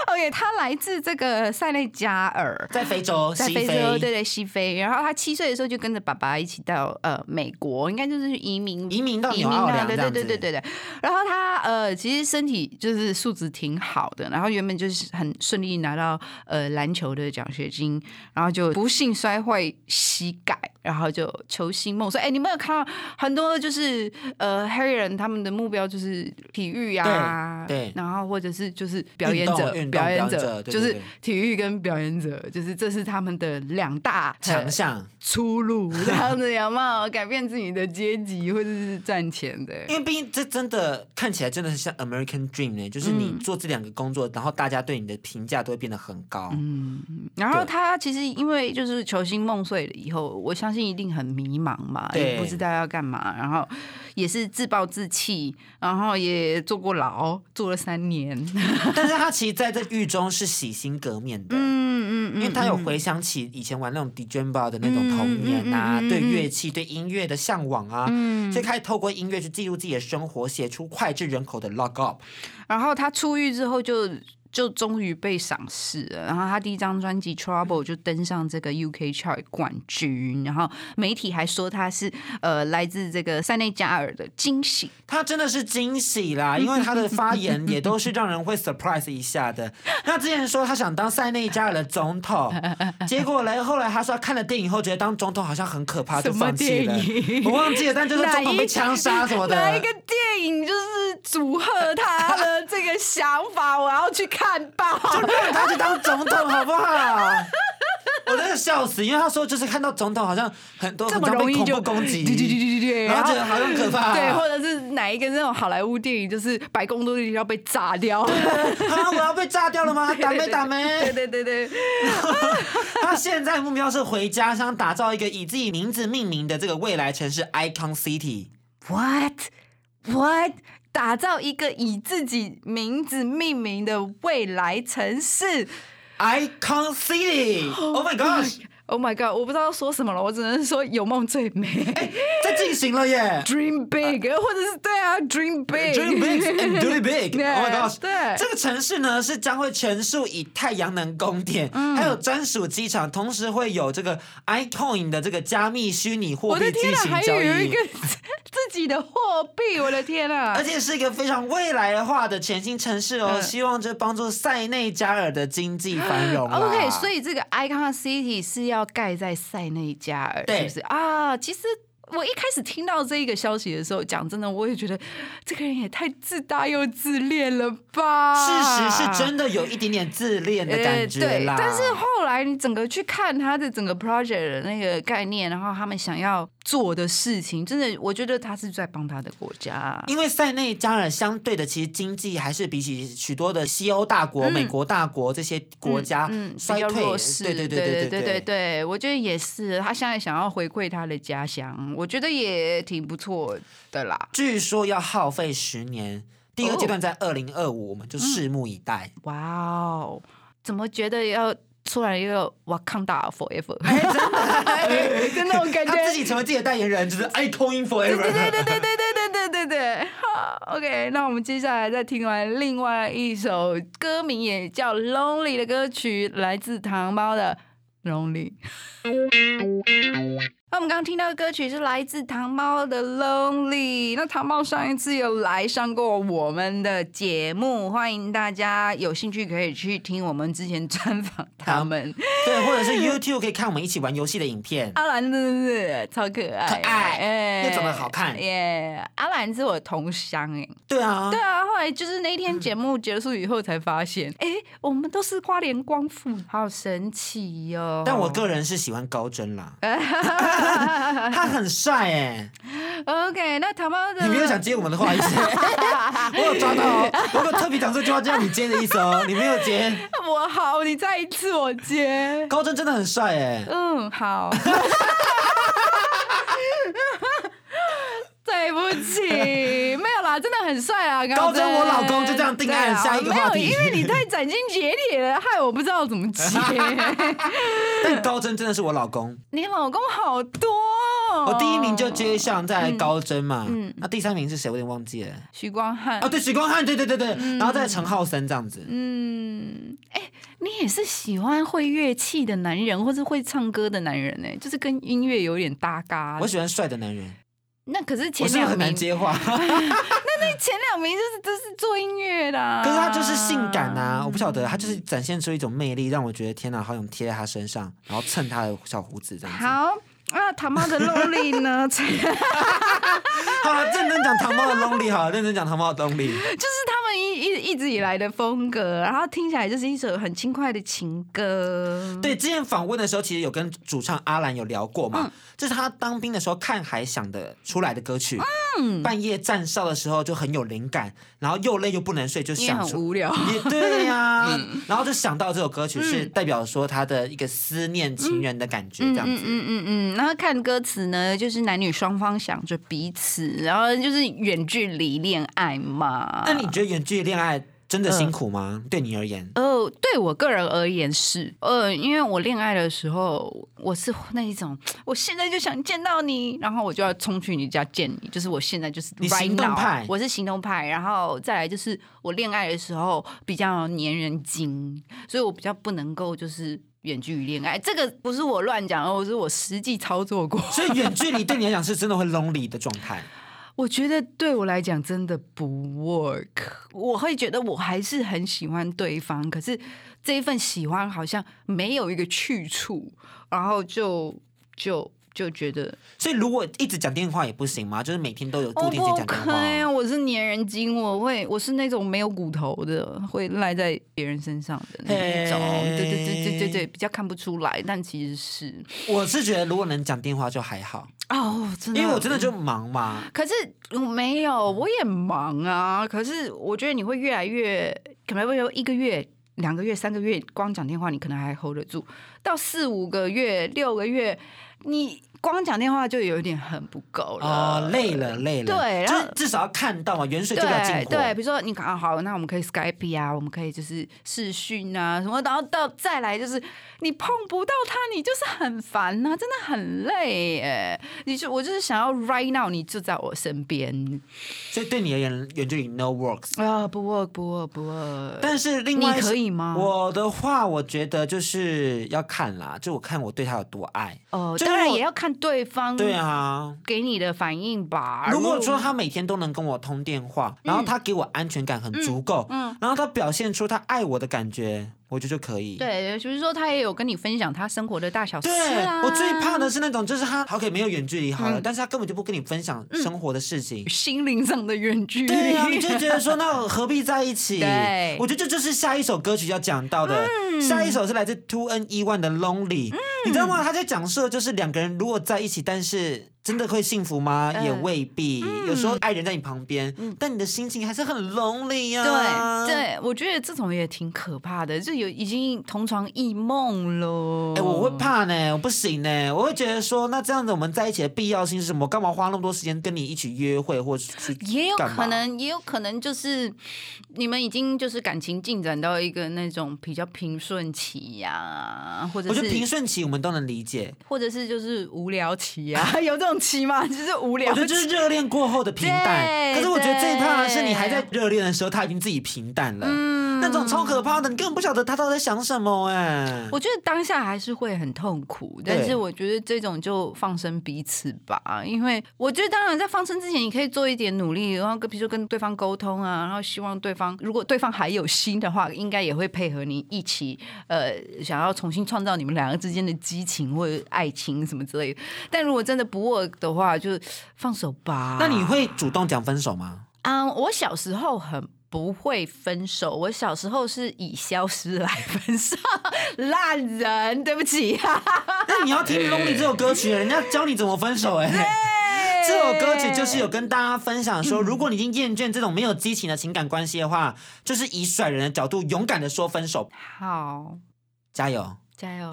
Speaker 2: OK，他来自这个塞内加尔，
Speaker 3: 在非
Speaker 2: [LAUGHS]
Speaker 3: 洲，
Speaker 2: 在
Speaker 3: 西
Speaker 2: 非洲，对对，西非。然后他七岁的时候就跟着爸爸一起到呃美国，应该就是移民
Speaker 3: 移民到
Speaker 2: 移
Speaker 3: 纽
Speaker 2: 民
Speaker 3: 奥
Speaker 2: 啊，
Speaker 3: 良
Speaker 2: 对
Speaker 3: 这
Speaker 2: 对
Speaker 3: 样子
Speaker 2: 对对对对。然后他呃，其实身体就是素质挺好的，然后原本就是很顺利拿到呃篮球的奖学金，然后就不幸摔坏膝盖，然后就球星梦碎。哎，你们有看到很多就是呃黑人他们的目标就是体育啊，
Speaker 3: 对对
Speaker 2: 然后或者是就是表演
Speaker 3: 运动
Speaker 2: 者
Speaker 3: 运，动
Speaker 2: 表演
Speaker 3: 表演
Speaker 2: 者
Speaker 3: 者对
Speaker 2: 就
Speaker 3: 对
Speaker 2: 是
Speaker 3: 对
Speaker 2: [LAUGHS] 体育跟表演者，就是这是他们的两大呃
Speaker 3: 强项。
Speaker 2: 出
Speaker 3: [LAUGHS]
Speaker 2: 路，这样子有没有改变自己的阶级或者是赚钱的？
Speaker 3: 因为毕竟这真的看起来真的很像 American Dream 呢、就是
Speaker 2: 嗯
Speaker 3: 你做这两个工作，然后大家对你的评价都会变得很高。
Speaker 2: 然后
Speaker 3: 对
Speaker 2: 他其实因为就是球星梦碎了以后，我相信一定很迷茫嘛，
Speaker 3: 对
Speaker 2: 也不知道要干嘛，然后也是自暴自弃，然后也坐过牢，坐了三年。 [LAUGHS]
Speaker 3: 但是他其实在这狱中是洗心革面的。
Speaker 2: 嗯嗯
Speaker 3: 因为他有回想起以前玩那种 d j b a 的那种童年啊，对乐器、对音乐的向往啊，所以开始透过音乐去记录自己的生活，写出脍炙人口的 Log Up。
Speaker 2: 然后他出狱之后就就终于被赏识了，然后他第一张专辑《Trouble》就登上这个 UK chart 冠军，然后媒体还说他是呃来自这个塞内加尔的惊喜。
Speaker 3: 他真的是惊喜啦，因为他的发言也都是让人会 surprise 一下的。那之前说他想当塞内加尔的总统，结果嘞，后来他说他看了电影后觉得当总统好像很可怕，就
Speaker 2: 什么
Speaker 3: 放弃了
Speaker 2: 电影。
Speaker 3: 我忘记了，但就是总统被枪杀什么的。
Speaker 2: 哪一个电影就是祝贺他的这个想法？我要去看报。
Speaker 3: 让他去当总统好不好？我真的笑死，因为他说就是看到总统好像很多
Speaker 2: 这
Speaker 3: 很
Speaker 2: 么
Speaker 3: 常
Speaker 2: 容
Speaker 3: 被
Speaker 2: 易 [LAUGHS]
Speaker 3: 恐
Speaker 2: 就
Speaker 3: 怖攻击，
Speaker 2: 对对对对对对，
Speaker 3: 然后觉得好像可怕
Speaker 2: 对，或者是哪一个那种好莱坞电影，就是白宫都要被炸掉，
Speaker 3: [LAUGHS] 啊，我要被炸掉了吗？打没
Speaker 2: [LAUGHS]
Speaker 3: 打
Speaker 2: 对
Speaker 3: 没？
Speaker 2: 对对对，
Speaker 3: [LAUGHS] 他现在目标是回家乡打造一个以自己名字命名的这个未来城市 Icon City。
Speaker 2: What? What? 打造一个以自己名字命名的未来城市。
Speaker 3: Icon City，Oh my gosh，
Speaker 2: [GASPS] Oh my god！我不知道说什么了，我只能说有梦最美
Speaker 3: 在进行了
Speaker 2: [LAUGHS]
Speaker 3: 耶
Speaker 2: ，Dream big，或者是对哎啊，Dream big。
Speaker 3: ，Dream big and do it big。
Speaker 2: 对
Speaker 3: Oh my gosh，
Speaker 2: 对
Speaker 3: 这个城市呢是将会全数以太阳能供电，
Speaker 2: 嗯
Speaker 3: 还有专属机场，同时会有这个 Icoin 的这个加密虚拟货
Speaker 2: [LAUGHS] 我
Speaker 3: 币
Speaker 2: 的
Speaker 3: 进
Speaker 2: 天啊，
Speaker 3: 行
Speaker 2: 还
Speaker 3: 交
Speaker 2: 有一
Speaker 3: 易
Speaker 2: 个。自己的货币，我的天啊 [LAUGHS]
Speaker 3: 而！且是一个非常未来化的全新城市哦，
Speaker 2: 嗯
Speaker 3: 希望这帮助塞内加尔的经济繁荣啦。
Speaker 2: OK，所以这个 Icon City 是要盖在塞内加尔，
Speaker 3: 对
Speaker 2: 是不是啊？其实。我一开始听到这一个消息的时候，讲真的，我也觉得这个人也太自大又自恋了吧。
Speaker 3: 事实是真的有一点点自恋的感觉啦。
Speaker 2: 呃对，但是后来你整个去看他的整个 project 的那个概念，然后他们想要做的事情，真的，我觉得他是在帮他的国家。
Speaker 3: 因为塞内加尔相对的，其实经济还是比起许多的西欧大国、美国大国这些国家
Speaker 2: 嗯比
Speaker 3: 啊衰
Speaker 2: 较
Speaker 3: 退。
Speaker 2: 弱势，
Speaker 3: 对对
Speaker 2: 对
Speaker 3: 对
Speaker 2: 对
Speaker 3: 对。
Speaker 2: 对，我觉得也是。他现在想要回馈他的家乡，我觉得也挺不错的啦。
Speaker 3: 据说要耗费十年，第二
Speaker 2: 哦嗯
Speaker 3: 阶段在二零二五，我们就拭目以待。
Speaker 2: 哇哦，怎么觉得要出来一个哇康达 forever
Speaker 3: 哎
Speaker 2: [LAUGHS] 的那种感
Speaker 3: 他自
Speaker 2: 觉？
Speaker 3: 己成为自己的代言人，就是 I
Speaker 2: 对对
Speaker 3: coin forever。
Speaker 2: 对对对对对对对对，好，OK，那我们接下来再听完另外一首歌名也叫《Lonely》的歌曲，来自糖猫的《Lonely》。那我们刚刚听到的歌曲是来自糖猫的《Lonely》。那糖猫上一次有来上过我们的节目，欢迎大家有兴趣可以去听我们之前专访他们。
Speaker 3: [LAUGHS] 对，或者是 YouTube 可以看我们一起玩游戏的影片。
Speaker 2: 阿兰真的是超可爱，
Speaker 3: 可爱
Speaker 2: 哎
Speaker 3: 又长得好看
Speaker 2: 耶阿兰是我同乡哎、
Speaker 3: 对啊
Speaker 2: 对，啊，后来就是那一天节目结束以后才发现，哎、我们都是花莲光复，好神奇哦哟、
Speaker 3: 但我个人是喜欢高真
Speaker 2: [LAUGHS]
Speaker 3: 啦，他很帅哎。
Speaker 2: OK，那糖猫的
Speaker 3: 你没有想接我们的话意
Speaker 2: [LAUGHS]
Speaker 3: 思？我有抓到哦，我有特别讲这句话就要你接的意思哦，你没有接。
Speaker 2: 我好，你再一次我接，
Speaker 3: 高真真的很帅哎，
Speaker 2: 嗯，好。 [LAUGHS] 对不起，没有啦，真的很帅啊！
Speaker 3: 高
Speaker 2: 真，
Speaker 3: 真我老公就这样定案
Speaker 2: 对啊
Speaker 3: 下一个话题
Speaker 2: 没有，因为你太斩钉截铁了，害我不知道怎
Speaker 3: [LAUGHS]
Speaker 2: 么接。
Speaker 3: 但高真真的是我老公，
Speaker 2: 你老公好多、哦，嗯
Speaker 3: 我第一名就接上在高真嘛，那第三名是谁？我有点忘记了。
Speaker 2: 许光汉
Speaker 3: 啊，对，许光汉，对对对对，然后再陈浩森这样子，
Speaker 2: 嗯，哎、你也是喜欢会乐器的男人，或是会唱歌的男人呢、欸就是跟音乐有点搭嘎
Speaker 3: 我。喜欢帅的男人，
Speaker 2: 那可是
Speaker 3: 我
Speaker 2: 前
Speaker 3: 是不是
Speaker 2: 两
Speaker 3: 很
Speaker 2: 名
Speaker 3: 难，接话，
Speaker 2: 那前两名就是都是做音乐的、啊，
Speaker 3: [LAUGHS] 可是他就是性感啊呐，我不晓得，他就是展现出一种魅力，让我觉得天哪，好想贴在他身上，然后蹭他的小胡子这样子。
Speaker 2: 好。那他妈的 Lonely
Speaker 3: [LAUGHS]
Speaker 2: 呢？ [LAUGHS] 就是
Speaker 3: 好了，认真讲糖猫的 lonely 好了，认真讲糖猫的 lonely。
Speaker 2: 他们一一一直以来的风格，然后听起来就是一首很轻快的情歌。
Speaker 3: 对，之前访问的时候，其实有跟主唱阿兰有聊过
Speaker 2: 嗯
Speaker 3: 嘛，这是他当兵的时候看海想的出来的歌曲。嗯，半夜站哨的时候就很有灵感，然后又累又不能睡，就
Speaker 2: 因为
Speaker 3: 想
Speaker 2: 很
Speaker 3: 出。
Speaker 2: 无嗯聊。
Speaker 3: 也对呀、然后就想到这首歌曲是代表说他的一个思念情人的感觉，这样
Speaker 2: 嗯嗯
Speaker 3: 子。
Speaker 2: 嗯嗯嗯，然后看歌词呢，就是男女双方想着彼此，然后就是远距离恋爱嘛。
Speaker 3: 那你觉得远距离恋爱真
Speaker 2: 嗯
Speaker 3: 的辛苦吗？对你而言，
Speaker 2: 呃，对我个人而言是，呃，因为我恋爱的时候，我是那一种，我现在就想见到你，然后我就要冲去你家见你，就是我现在就是
Speaker 3: 你
Speaker 2: right
Speaker 3: 行动
Speaker 2: now，
Speaker 3: 派
Speaker 2: 我是行动派，然后再来就是我恋爱的时候比较粘人精，所以我比较不能够就是远距离恋爱，这个不是我乱讲，而是我实际操作过，
Speaker 3: 所以远距离对你来讲是真的会 lonely 的状态。
Speaker 2: 我觉得对我来讲真的不 work，我会觉得我还是很喜欢对方，可是这一份喜欢好像没有一个去处，然后就就就觉得
Speaker 3: 所以如果一直讲电话也不行吗？就是每天都有固
Speaker 2: 哦
Speaker 3: 定
Speaker 2: 不
Speaker 3: 时间讲电
Speaker 2: OK，
Speaker 3: 话。
Speaker 2: 我是粘人精，我会我是那种没有骨头的，会赖在别人身上的那一种，
Speaker 3: 嘿
Speaker 2: 对对对对对对，比较看不出来，但其实是
Speaker 3: 我是觉得如果能讲电话就还好，
Speaker 2: 哦，真的，
Speaker 3: 因为我真的就忙嘛。
Speaker 2: 可是我没有，我也忙啊。可是我觉得你会越来越，可能会有一个月、两个月、三个月，光讲电话你可能还 hold 得住，到四五个月、六个月，你光讲电话就有一点很不够了。
Speaker 3: 哦，累了累了，
Speaker 2: 呃对然
Speaker 3: 就
Speaker 2: 后
Speaker 3: 是至少要看到嘛，远水就不要近
Speaker 2: 对
Speaker 3: 火。
Speaker 2: 对，比如说你看、啊、好，那我们可以 Skype 啊，我们可以就是视讯啊什么，然后到再来就是你碰不到他，你就是很烦呐、真的很累耶。你就我就是想要 right now 你就在我身边，
Speaker 3: 所以对你而言，远距离 no works。
Speaker 2: 啊，不 work 不 work 不 work，
Speaker 3: 但是另外
Speaker 2: 你可以吗
Speaker 3: 我的话，我觉得就是要看啦，就我看我对他有多爱。
Speaker 2: 哦，
Speaker 3: 就是
Speaker 2: 当然
Speaker 3: 我
Speaker 2: 也要看对方
Speaker 3: 对啊，
Speaker 2: 给你的反应吧。
Speaker 3: 如果说他每天都能跟我通电话，然后
Speaker 2: 嗯
Speaker 3: 他给我安全感很足够，然后他表现出他爱我的感觉，我觉得就可以。
Speaker 2: 对，比如说他也有跟你分享他生活的大小事
Speaker 3: 对，
Speaker 2: 啊，嗯
Speaker 3: 我最怕的是那种，就是他 OK 没有远距离好了，但是他根本就不跟你分享生活的事情。
Speaker 2: 心灵上的远距离。
Speaker 3: 对啊呀、你就觉得说，那何必在一起？
Speaker 2: 对嗯
Speaker 3: 我觉得这就是下一首歌曲要讲到的。下一首是来自 Two N E One 的 Lonely，、你知道吗？他在讲述的就是两个人如果在一起，但是真的会幸福吗？
Speaker 2: 嗯
Speaker 3: 也未必。有时候爱人在你旁边，但你的心情还是很 lonely 啊呀、
Speaker 2: 对。对，我觉得这种也挺可怕的，就有已经同床异梦了。
Speaker 3: 哎、我会怕呢，我不行呢，我会觉得说，那这样子我们在一起的必要性是什么？我干嘛花那么多时间跟你一起约会，或是去
Speaker 2: 也有
Speaker 3: 干嘛
Speaker 2: 可能，也有可能就是你们已经就是感情进展到一个那种比较平顺期呀、或者
Speaker 3: 我
Speaker 2: 是
Speaker 3: 觉得平顺期我们都能理解，
Speaker 2: 或者是就是无聊期啊， [LAUGHS] 有这种期吗？就是无聊
Speaker 3: 我觉得就是热恋过后的平淡。
Speaker 2: 啊对
Speaker 3: 可是我觉得最怕的是
Speaker 2: 对嗯
Speaker 3: 你还在热恋的时候，他已经自己平淡了，那种超可怕的，你根本不晓得他到底在想什么哎、
Speaker 2: 我觉得当下还是会很痛苦，
Speaker 3: 对
Speaker 2: 但是我觉得这种就放生彼此吧，因为我觉得当然在放生之前，你可以做一点努力，然后跟比如说跟对方沟通啊，然后希望对方如果对方还有心的话，应该也会配合你一起呃想要重新创造你们两个之间的激情或者爱情什么之类的。但如果真的不 work 的话，就放手吧。
Speaker 3: 那你会主动讲分手
Speaker 2: [LAUGHS]
Speaker 3: 吗？
Speaker 2: 嗯，我小时候很不会分手，我小时候是以消失来分手，烂人，对不起、 [LAUGHS] 啊。
Speaker 3: 那你要听《Lonely》这首歌曲，人家教你怎么分手哎、这首歌曲就是有跟大家分享说，如果你已经厌倦这种没有激情的情感关系的话，就是以甩人的角度勇敢的说分手，
Speaker 2: 好，
Speaker 3: 加
Speaker 2: [LAUGHS]
Speaker 3: 油！
Speaker 2: 加油。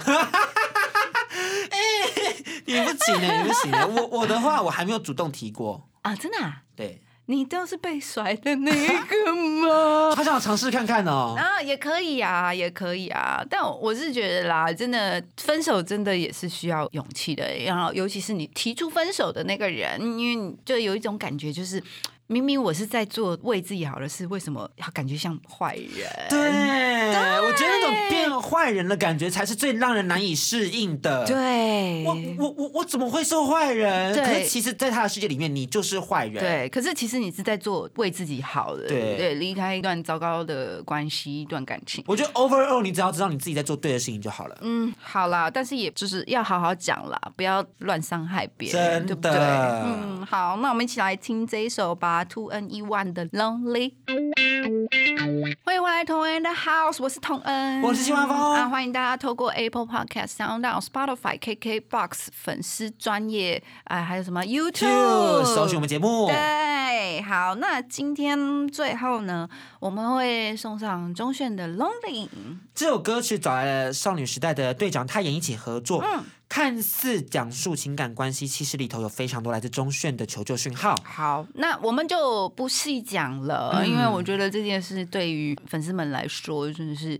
Speaker 3: 你不行欸的，你不行的。我我的话，我还没有主动提过。
Speaker 2: 啊，真的、啊，
Speaker 3: 对，
Speaker 2: 你都是被甩的那一个吗？ [LAUGHS]
Speaker 3: 好想尝试看看哦。
Speaker 2: 啊，也可以啊，也可以啊，但我是觉得啦，真的分手真的也是需要勇气的，然后尤其是你提出分手的那个人，因为你就有一种感觉，就是明明我是在做为自己好的事，为什么感觉像坏人？
Speaker 3: 对，我觉得那种变坏人的感觉才是最让人难以适应的。，
Speaker 2: 对，
Speaker 3: 我我我我怎么会是坏人？
Speaker 2: 对
Speaker 3: 可是其实，在他的世界里面，你就是坏人。，
Speaker 2: 对，可是其实你是在做为自己好的，
Speaker 3: 对
Speaker 2: 对，离开一段糟糕的关系，一段感情。
Speaker 3: 我觉得 overall，你只要知道你自己在做对的事情就好了。
Speaker 2: 嗯，好啦，但是也就是要好好讲啦，不要乱伤害别人，
Speaker 3: 真的
Speaker 2: 对不对？嗯，好，那我们一起来听这一首吧，Two N E One 的 Lonely。欢迎回来，同恩的 House，我是同恩，
Speaker 3: 我是金华峰
Speaker 2: 啊，欢迎大家透过 Apple Podcast、Sound On、Spotify、KK Box 啊粉丝专业，哎、还有什么 YouTube
Speaker 3: To 搜寻我们节目，
Speaker 2: 对，对，好，那今天最后呢，我们会送上钟铉的《Lonely》。
Speaker 3: 这首歌曲找来了少女时代的队长泰妍一起合作，
Speaker 2: 嗯
Speaker 3: 看似讲述情感关系，其实里头有非常多来自钟铉的求救讯号。
Speaker 2: 好，那我们就不细讲了，
Speaker 3: 嗯
Speaker 2: 因为我觉得这件事对于粉丝们来说真的是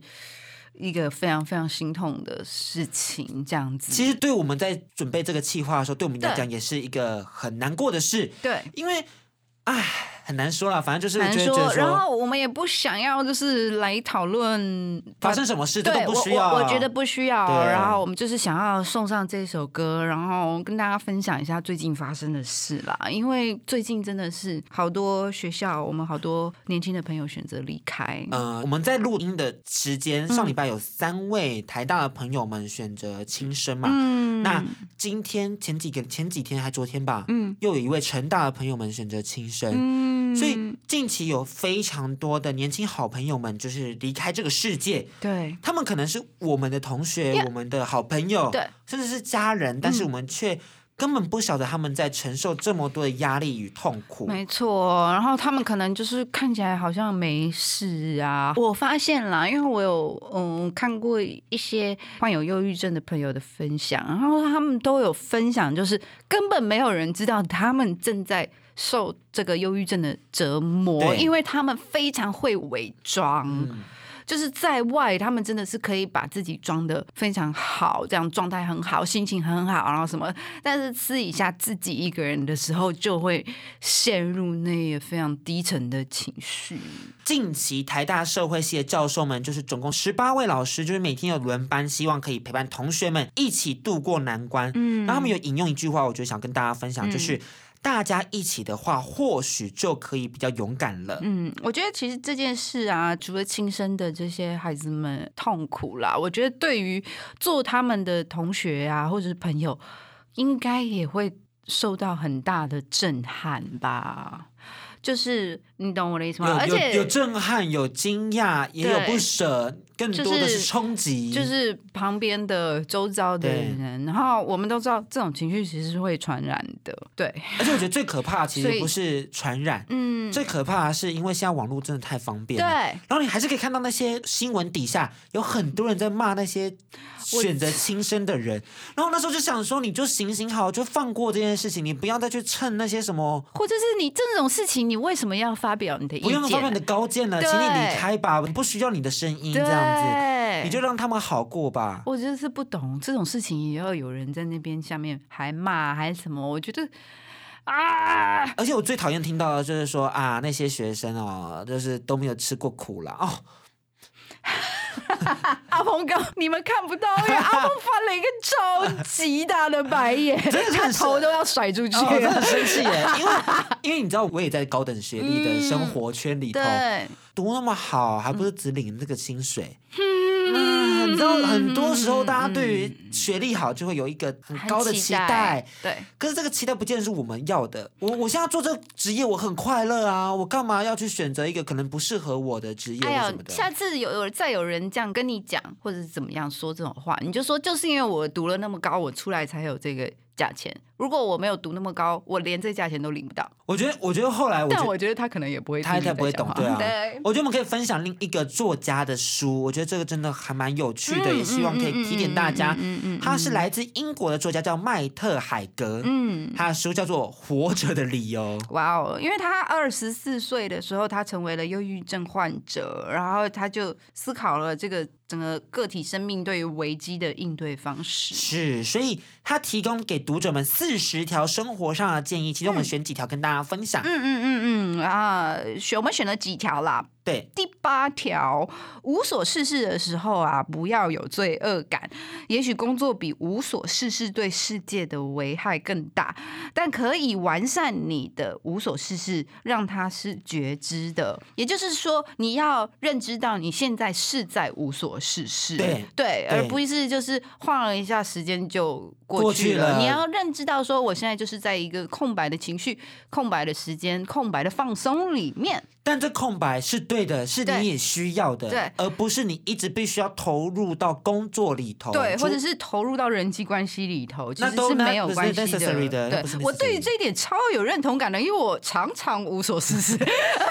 Speaker 2: 一个非常非常心痛的事情，这样子。
Speaker 3: 其实对我们在准备这个企划的时候，对我们来
Speaker 2: 对
Speaker 3: 讲也是一个很难过的事，
Speaker 2: 对，
Speaker 3: 因为唉很难说了，反正就是
Speaker 2: 难
Speaker 3: 我觉得觉
Speaker 2: 说
Speaker 3: 得。
Speaker 2: 然后我们也不想要就是来讨论
Speaker 3: 发生什么事这
Speaker 2: 对
Speaker 3: 都
Speaker 2: 我
Speaker 3: 不需要
Speaker 2: 我我觉得不需要。
Speaker 3: 对
Speaker 2: 然后我们就是想要送上这首歌，然后跟大家分享一下最近发生的事啦。因为最近真的是好多学校，我们好多年轻的朋友选择离开。
Speaker 3: 呃，我们在录音的时间，上
Speaker 2: 嗯
Speaker 3: 礼拜有三位台大的朋友们选择轻生嘛。
Speaker 2: 嗯
Speaker 3: 那今天前几个前几天还昨天吧，嗯，又有一位成大的朋友们选择轻生，
Speaker 2: 嗯
Speaker 3: 所以近期有非常多的年轻好朋友们就是离开这个世界，
Speaker 2: 对
Speaker 3: 他们可能是我们的同学、
Speaker 2: Yeah
Speaker 3: 我们的好朋友，
Speaker 2: 对，
Speaker 3: 甚至是家人，但是我们却根本不晓得他们在承受这么多的压力与痛苦。
Speaker 2: 没错，然后他们可能就是看起来好像没事啊。我发现啦，因为我有嗯看过一些患有忧郁症的朋友的分享，然后他们都有分享，就是根本没有人知道他们正在受这个忧郁症的折磨，
Speaker 3: 对
Speaker 2: 因为他们非常会伪装。就是在外，他们真的是可以把自己装的非常好，这样状态很好，心情很好，然后什么。但是私底下自己一个人的时候，就会陷入那个非常低沉的情绪。
Speaker 3: 近期台大社会系的教授们，就是总共十八位老师，就是每天有轮班，希望可以陪伴同学们一起度过难关。嗯，然后他们有引用一句话，我就想跟大家分享，
Speaker 2: 嗯
Speaker 3: 就是。大家一起的话，或许就可以比较勇敢了。
Speaker 2: 嗯，我觉得其实这件事啊，除了亲生的这些孩子们痛苦啦，我觉得对于做他们的同学啊，或者是朋友，应该也会受到很大的震撼吧。就是你懂我的意思吗？而
Speaker 3: 有有
Speaker 2: 且
Speaker 3: 有震撼，有惊讶，也有不舍，更多的
Speaker 2: 就是
Speaker 3: 是冲击。
Speaker 2: 就是旁边的周遭的
Speaker 3: 对
Speaker 2: 人，然后我们都知道这种情绪其实是会传染的，对，
Speaker 3: 而且我觉得最可怕，其
Speaker 2: 所
Speaker 3: 实
Speaker 2: 以
Speaker 3: 不是传染，
Speaker 2: 嗯，
Speaker 3: 最可怕的是因为现在网络真的太方便了。
Speaker 2: 对。
Speaker 3: 然后你还是可以看到那些新闻底下有很多人在骂那些选择轻生的人，然后那时候就想说，你就行行好，就放过这件事情，你不要再去蹭那些什么，
Speaker 2: 或者是你这种事情，你为什么要发表你的意见？
Speaker 3: 不用发表你的高见了，
Speaker 2: 对
Speaker 3: 请你离开吧，我不需要你的声音这
Speaker 2: 对，
Speaker 3: 样子，你就让他们好过吧。
Speaker 2: 我真的是不懂这种事情，也要有人在那边下面还骂还什么？我觉得啊，
Speaker 3: 而且我最讨厌听到的就是说啊，那些学生哦，就是都没有吃过苦啦。哦，
Speaker 2: 阿鹏哥，你们看不到，因为
Speaker 3: [LAUGHS]
Speaker 2: 阿鹏翻了一个超级大的白眼，他头都要甩出去
Speaker 3: 哦我真的
Speaker 2: 了。
Speaker 3: 很生
Speaker 2: [LAUGHS]
Speaker 3: 气耶，因为因为你知道我也在高等学历的生活圈里头，
Speaker 2: 嗯对，
Speaker 3: 读那么好，还不是只领这个薪水？嗯，你知道，很多时候大家对
Speaker 2: 嗯
Speaker 3: 于学历好就会有一个很高的
Speaker 2: 很
Speaker 3: 期
Speaker 2: 期待
Speaker 3: 待，
Speaker 2: 对，
Speaker 3: 可是这个期待不见得是我们要的。我我现在做这个职业，我很快乐啊，我干嘛要去选择一个可能不适合我的职业
Speaker 2: 哎
Speaker 3: 或
Speaker 2: 呀
Speaker 3: 什么，的？
Speaker 2: 下次有有再有人这样跟你讲，或者是怎么样说这种话，你就说就是因为我读了那么高，我出来才有这个价钱。如果我没有读那么高，我连这价钱都领不到。
Speaker 3: 我觉得，我觉得后来我觉
Speaker 2: 但
Speaker 3: 得。
Speaker 2: 我觉得他可能也不会，
Speaker 3: 他应该不会懂，对
Speaker 2: 对
Speaker 3: 啊。
Speaker 2: [LAUGHS]
Speaker 3: 我觉得我们可以分享另一个作家的书，我觉得这个真的还蛮有趣
Speaker 2: 嗯
Speaker 3: 的，也希望可以提点大家。他是来自英国的作家，叫麦特海格，嗯，他的书叫做《活着的理由》。
Speaker 2: 哇哦！因为他二十四岁的时候，他成为了忧郁症患者，然后他就思考了这个整个个体生命对于危机的应对方式。
Speaker 3: 是，所以他提供给读者们四十条生活上的建议，其中我们选几条跟大家分享。
Speaker 2: 嗯嗯嗯嗯啊，选我们选了几条啦，
Speaker 3: 对，
Speaker 2: 第八条，无所事事的时候啊，不要有罪恶感。也许工作比无所事事对世界的危害更大，但可以完善你的无所事事，让它是觉知的。也就是说，你要认知到你现在是在无所事事，
Speaker 3: 对
Speaker 2: 而不是就是晃了一下时间就过
Speaker 3: 过
Speaker 2: 去
Speaker 3: 去
Speaker 2: 了。
Speaker 3: 了
Speaker 2: 你要认知到，说我现在就是在一个空白的情绪、空白的时间、空白的放松里面。
Speaker 3: 但这空白是对的，是
Speaker 2: 对
Speaker 3: 你也需要的，
Speaker 2: 对
Speaker 3: 而不是你一直必须要投入到工作里头，
Speaker 2: 对，
Speaker 3: 除
Speaker 2: 或者是投入到人际关系里头，其
Speaker 3: 哦那
Speaker 2: 实
Speaker 3: 都
Speaker 2: 是
Speaker 3: 那
Speaker 2: 没有
Speaker 3: 不是
Speaker 2: 关系
Speaker 3: necessary 的那
Speaker 2: 对
Speaker 3: 不是，
Speaker 2: 我
Speaker 3: necessary
Speaker 2: 对于这一点超有认同感的，因为我常常无所事
Speaker 3: [LAUGHS]
Speaker 2: 事，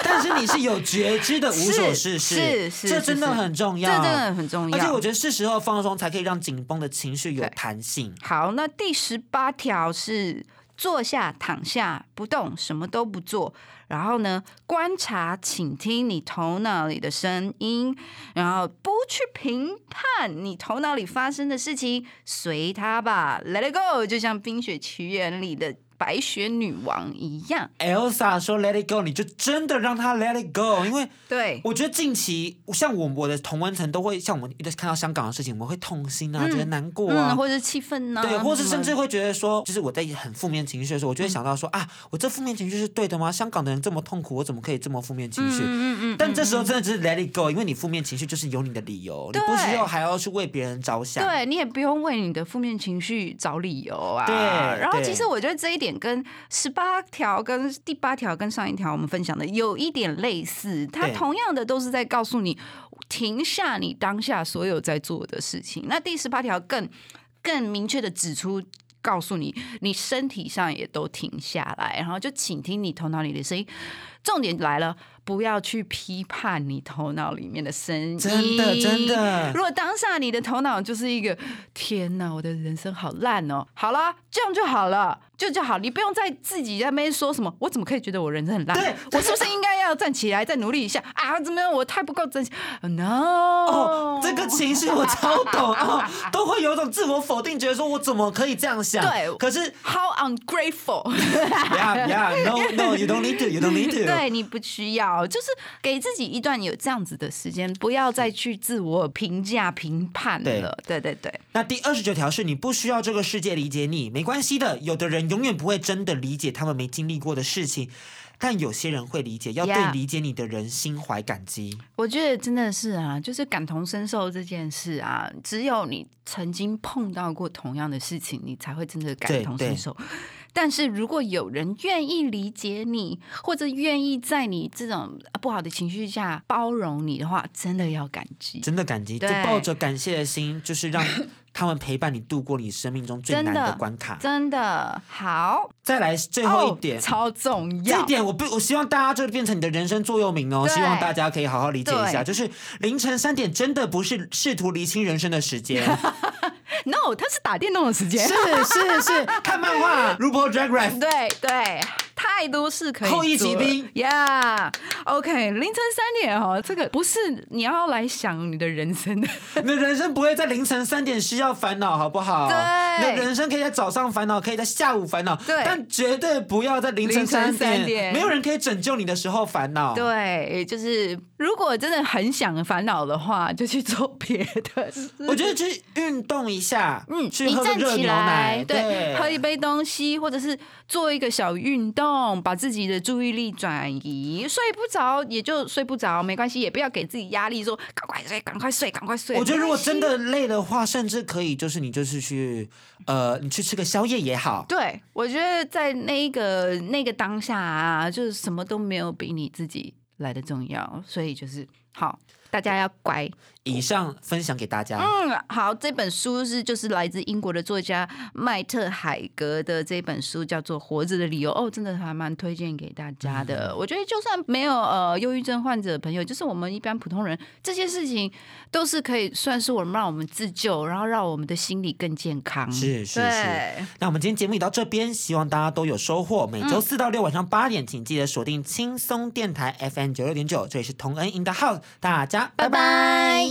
Speaker 3: 但是你是有觉知的，无所事事，
Speaker 2: [LAUGHS] 是是
Speaker 3: 这
Speaker 2: 是
Speaker 3: 真的
Speaker 2: 是
Speaker 3: 很重
Speaker 2: 这真
Speaker 3: 要，
Speaker 2: 的很重要。
Speaker 3: 而且我觉得是时候放松，才可以让紧绷的情绪有弹性。
Speaker 2: 好，那第十八条是坐下、躺下、不动，什么都不做。然后呢，观察、倾听你头脑里的声音，然后不去评判你头脑里发生的事情，随它吧，Let it go，就像《冰雪奇缘》里的白雪女王一样。
Speaker 3: Elsa 说 “Let it go”，你就真的让他 “Let it go”，因为
Speaker 2: 对，
Speaker 3: 我觉得近期像我我的同温层都会像我们一直看到香港的事情，我们会痛心啊，觉得难过啊
Speaker 2: 嗯，。或者是气氛呢、
Speaker 3: 对，或是甚
Speaker 2: 什
Speaker 3: 至
Speaker 2: 么
Speaker 3: 会觉得说，就是我在很负面情绪的时候，我
Speaker 2: 嗯
Speaker 3: 就会想到说、啊，我这负面情绪是对的吗？香港的人这么痛苦，我怎么可以这么负面情绪？
Speaker 2: 嗯嗯嗯，
Speaker 3: 但这时候真的只是 let it go，因为你负面情绪就是有你的理由，你
Speaker 2: 对
Speaker 3: 不需要还要去为别人着想。
Speaker 2: 对你也不用为你的负面情绪找理由啊。
Speaker 3: 对
Speaker 2: 然后
Speaker 3: 对
Speaker 2: 其实我觉得这一点跟十八条、跟第八条、跟上一条我们分享的有一点类似，它
Speaker 3: 对
Speaker 2: 同样的都是在告诉你停下你当下所有在做的事情。那第十八条更更明确的指出。告诉你，你身体上也都停下来，然后就倾听你头脑里的声音。重点来了，不要去批判你头脑里面的声音。
Speaker 3: 真的真的
Speaker 2: 如果当下你的头脑就是一个“天哪，我的人生好烂哦”，好了，这样就好了，就就好，你不用再自己在那边说什么“我怎么可以觉得我人生很烂？
Speaker 3: 对
Speaker 2: [LAUGHS] 我是不是应该要站起来再努力一下啊？怎么样，我太不够珍惜？No，、
Speaker 3: 哦，这个情绪我超懂哦，都会有一种自我否定，觉得说我怎么可以这样想？
Speaker 2: 对
Speaker 3: 可是
Speaker 2: [LAUGHS] How ungrateful！
Speaker 3: yeah yeah no no you don't need to you don't need
Speaker 2: [LAUGHS]
Speaker 3: to
Speaker 2: 对你不需要，就是给自己一段有这样子的时间，不要再去自我评价、评判
Speaker 3: 对
Speaker 2: 了。对对对，
Speaker 3: 那第二十九条是你不需要这个世界理解你，没关系的。有的人永远不会真的理解他们没经历过的事情，但有些人会理解，要对
Speaker 2: Yeah
Speaker 3: 理解你的人心怀感激。
Speaker 2: 我觉得真的是啊，就是感同身受这件事啊，只有你曾经碰到过同样的事情，你才会真的感同身受。但是如果有人愿意理解你，或者愿意在你这种呃不好的情绪下包容你的话，真的要感激。
Speaker 3: 真的感激，就
Speaker 2: 对
Speaker 3: 抱着感谢的心，就是让他们陪伴你度过你生命中最
Speaker 2: 真
Speaker 3: 难
Speaker 2: 的
Speaker 3: 的关卡。
Speaker 2: 真的好，
Speaker 3: 再来最后
Speaker 2: 哦
Speaker 3: 一点，
Speaker 2: 超重
Speaker 3: 这一
Speaker 2: 要，
Speaker 3: 点我不，我希望大家就变成你的人生座右铭哦。
Speaker 2: 对
Speaker 3: 希望大家可以好好理解一下，
Speaker 2: 对
Speaker 3: 就是凌晨三点真的不是试图厘清人生的时间，
Speaker 2: No，它是打电动的时间
Speaker 3: [LAUGHS] 是。是是，看漫画《如波 Drag Race》。
Speaker 2: 对对，太多事可以
Speaker 3: 后羿骑兵
Speaker 2: ，Yeah，OK，、Yeah，OK，凌晨三点哦，这个不是你要来想你的人生的，
Speaker 3: 你的人生不会在凌晨三点需要烦恼，好不好？
Speaker 2: 对
Speaker 3: 你的人生可以在早上烦恼，可以在下午烦恼，
Speaker 2: 对
Speaker 3: 但绝对不要在凌晨三
Speaker 2: 凌晨三点
Speaker 3: 没有人可以拯救你的时候烦恼。
Speaker 2: 对，就是如果真的很想烦恼的话，就去做别的
Speaker 3: [LAUGHS]
Speaker 2: 事。
Speaker 3: 我觉得去运动一下，
Speaker 2: 嗯，
Speaker 3: 去
Speaker 2: 你
Speaker 3: 喝个
Speaker 2: 站
Speaker 3: 热
Speaker 2: 起
Speaker 3: 牛奶
Speaker 2: 来，，对，喝一杯东西，或者是做一个小运动，把自己的注意力转移。睡不着也就睡不着，没关系，也不要给自己压力，说赶快睡，赶快睡，赶快睡。
Speaker 3: 我觉得如果真
Speaker 2: 没关系
Speaker 3: 的累的话，甚至可以就是你就是去呃，你去吃个宵夜也好。
Speaker 2: 对，我觉得在那一个那个当下啊，就是什么都没有比你自己来的重要，所以就是好，大家要乖。
Speaker 3: 以上分享给大家。
Speaker 2: 嗯，好，这本书是就是来自英国的作家麦特海格的这本书，叫做《活着的理由》哦，真的还蛮推荐给大家的。我觉得就算没有呃忧郁症患者的朋友，就是我们一般普通人，这些事情都是可以算是我们让我们自救，然后让我们的心理更健康。
Speaker 3: 是是
Speaker 2: 对
Speaker 3: 是。那我们今天节目也到这边，希望大家都有收获。每周四到六晚上八点，请记得锁定轻松电台 FM 九六点九，这里是同恩 in the house，大家拜
Speaker 2: 拜拜
Speaker 3: 拜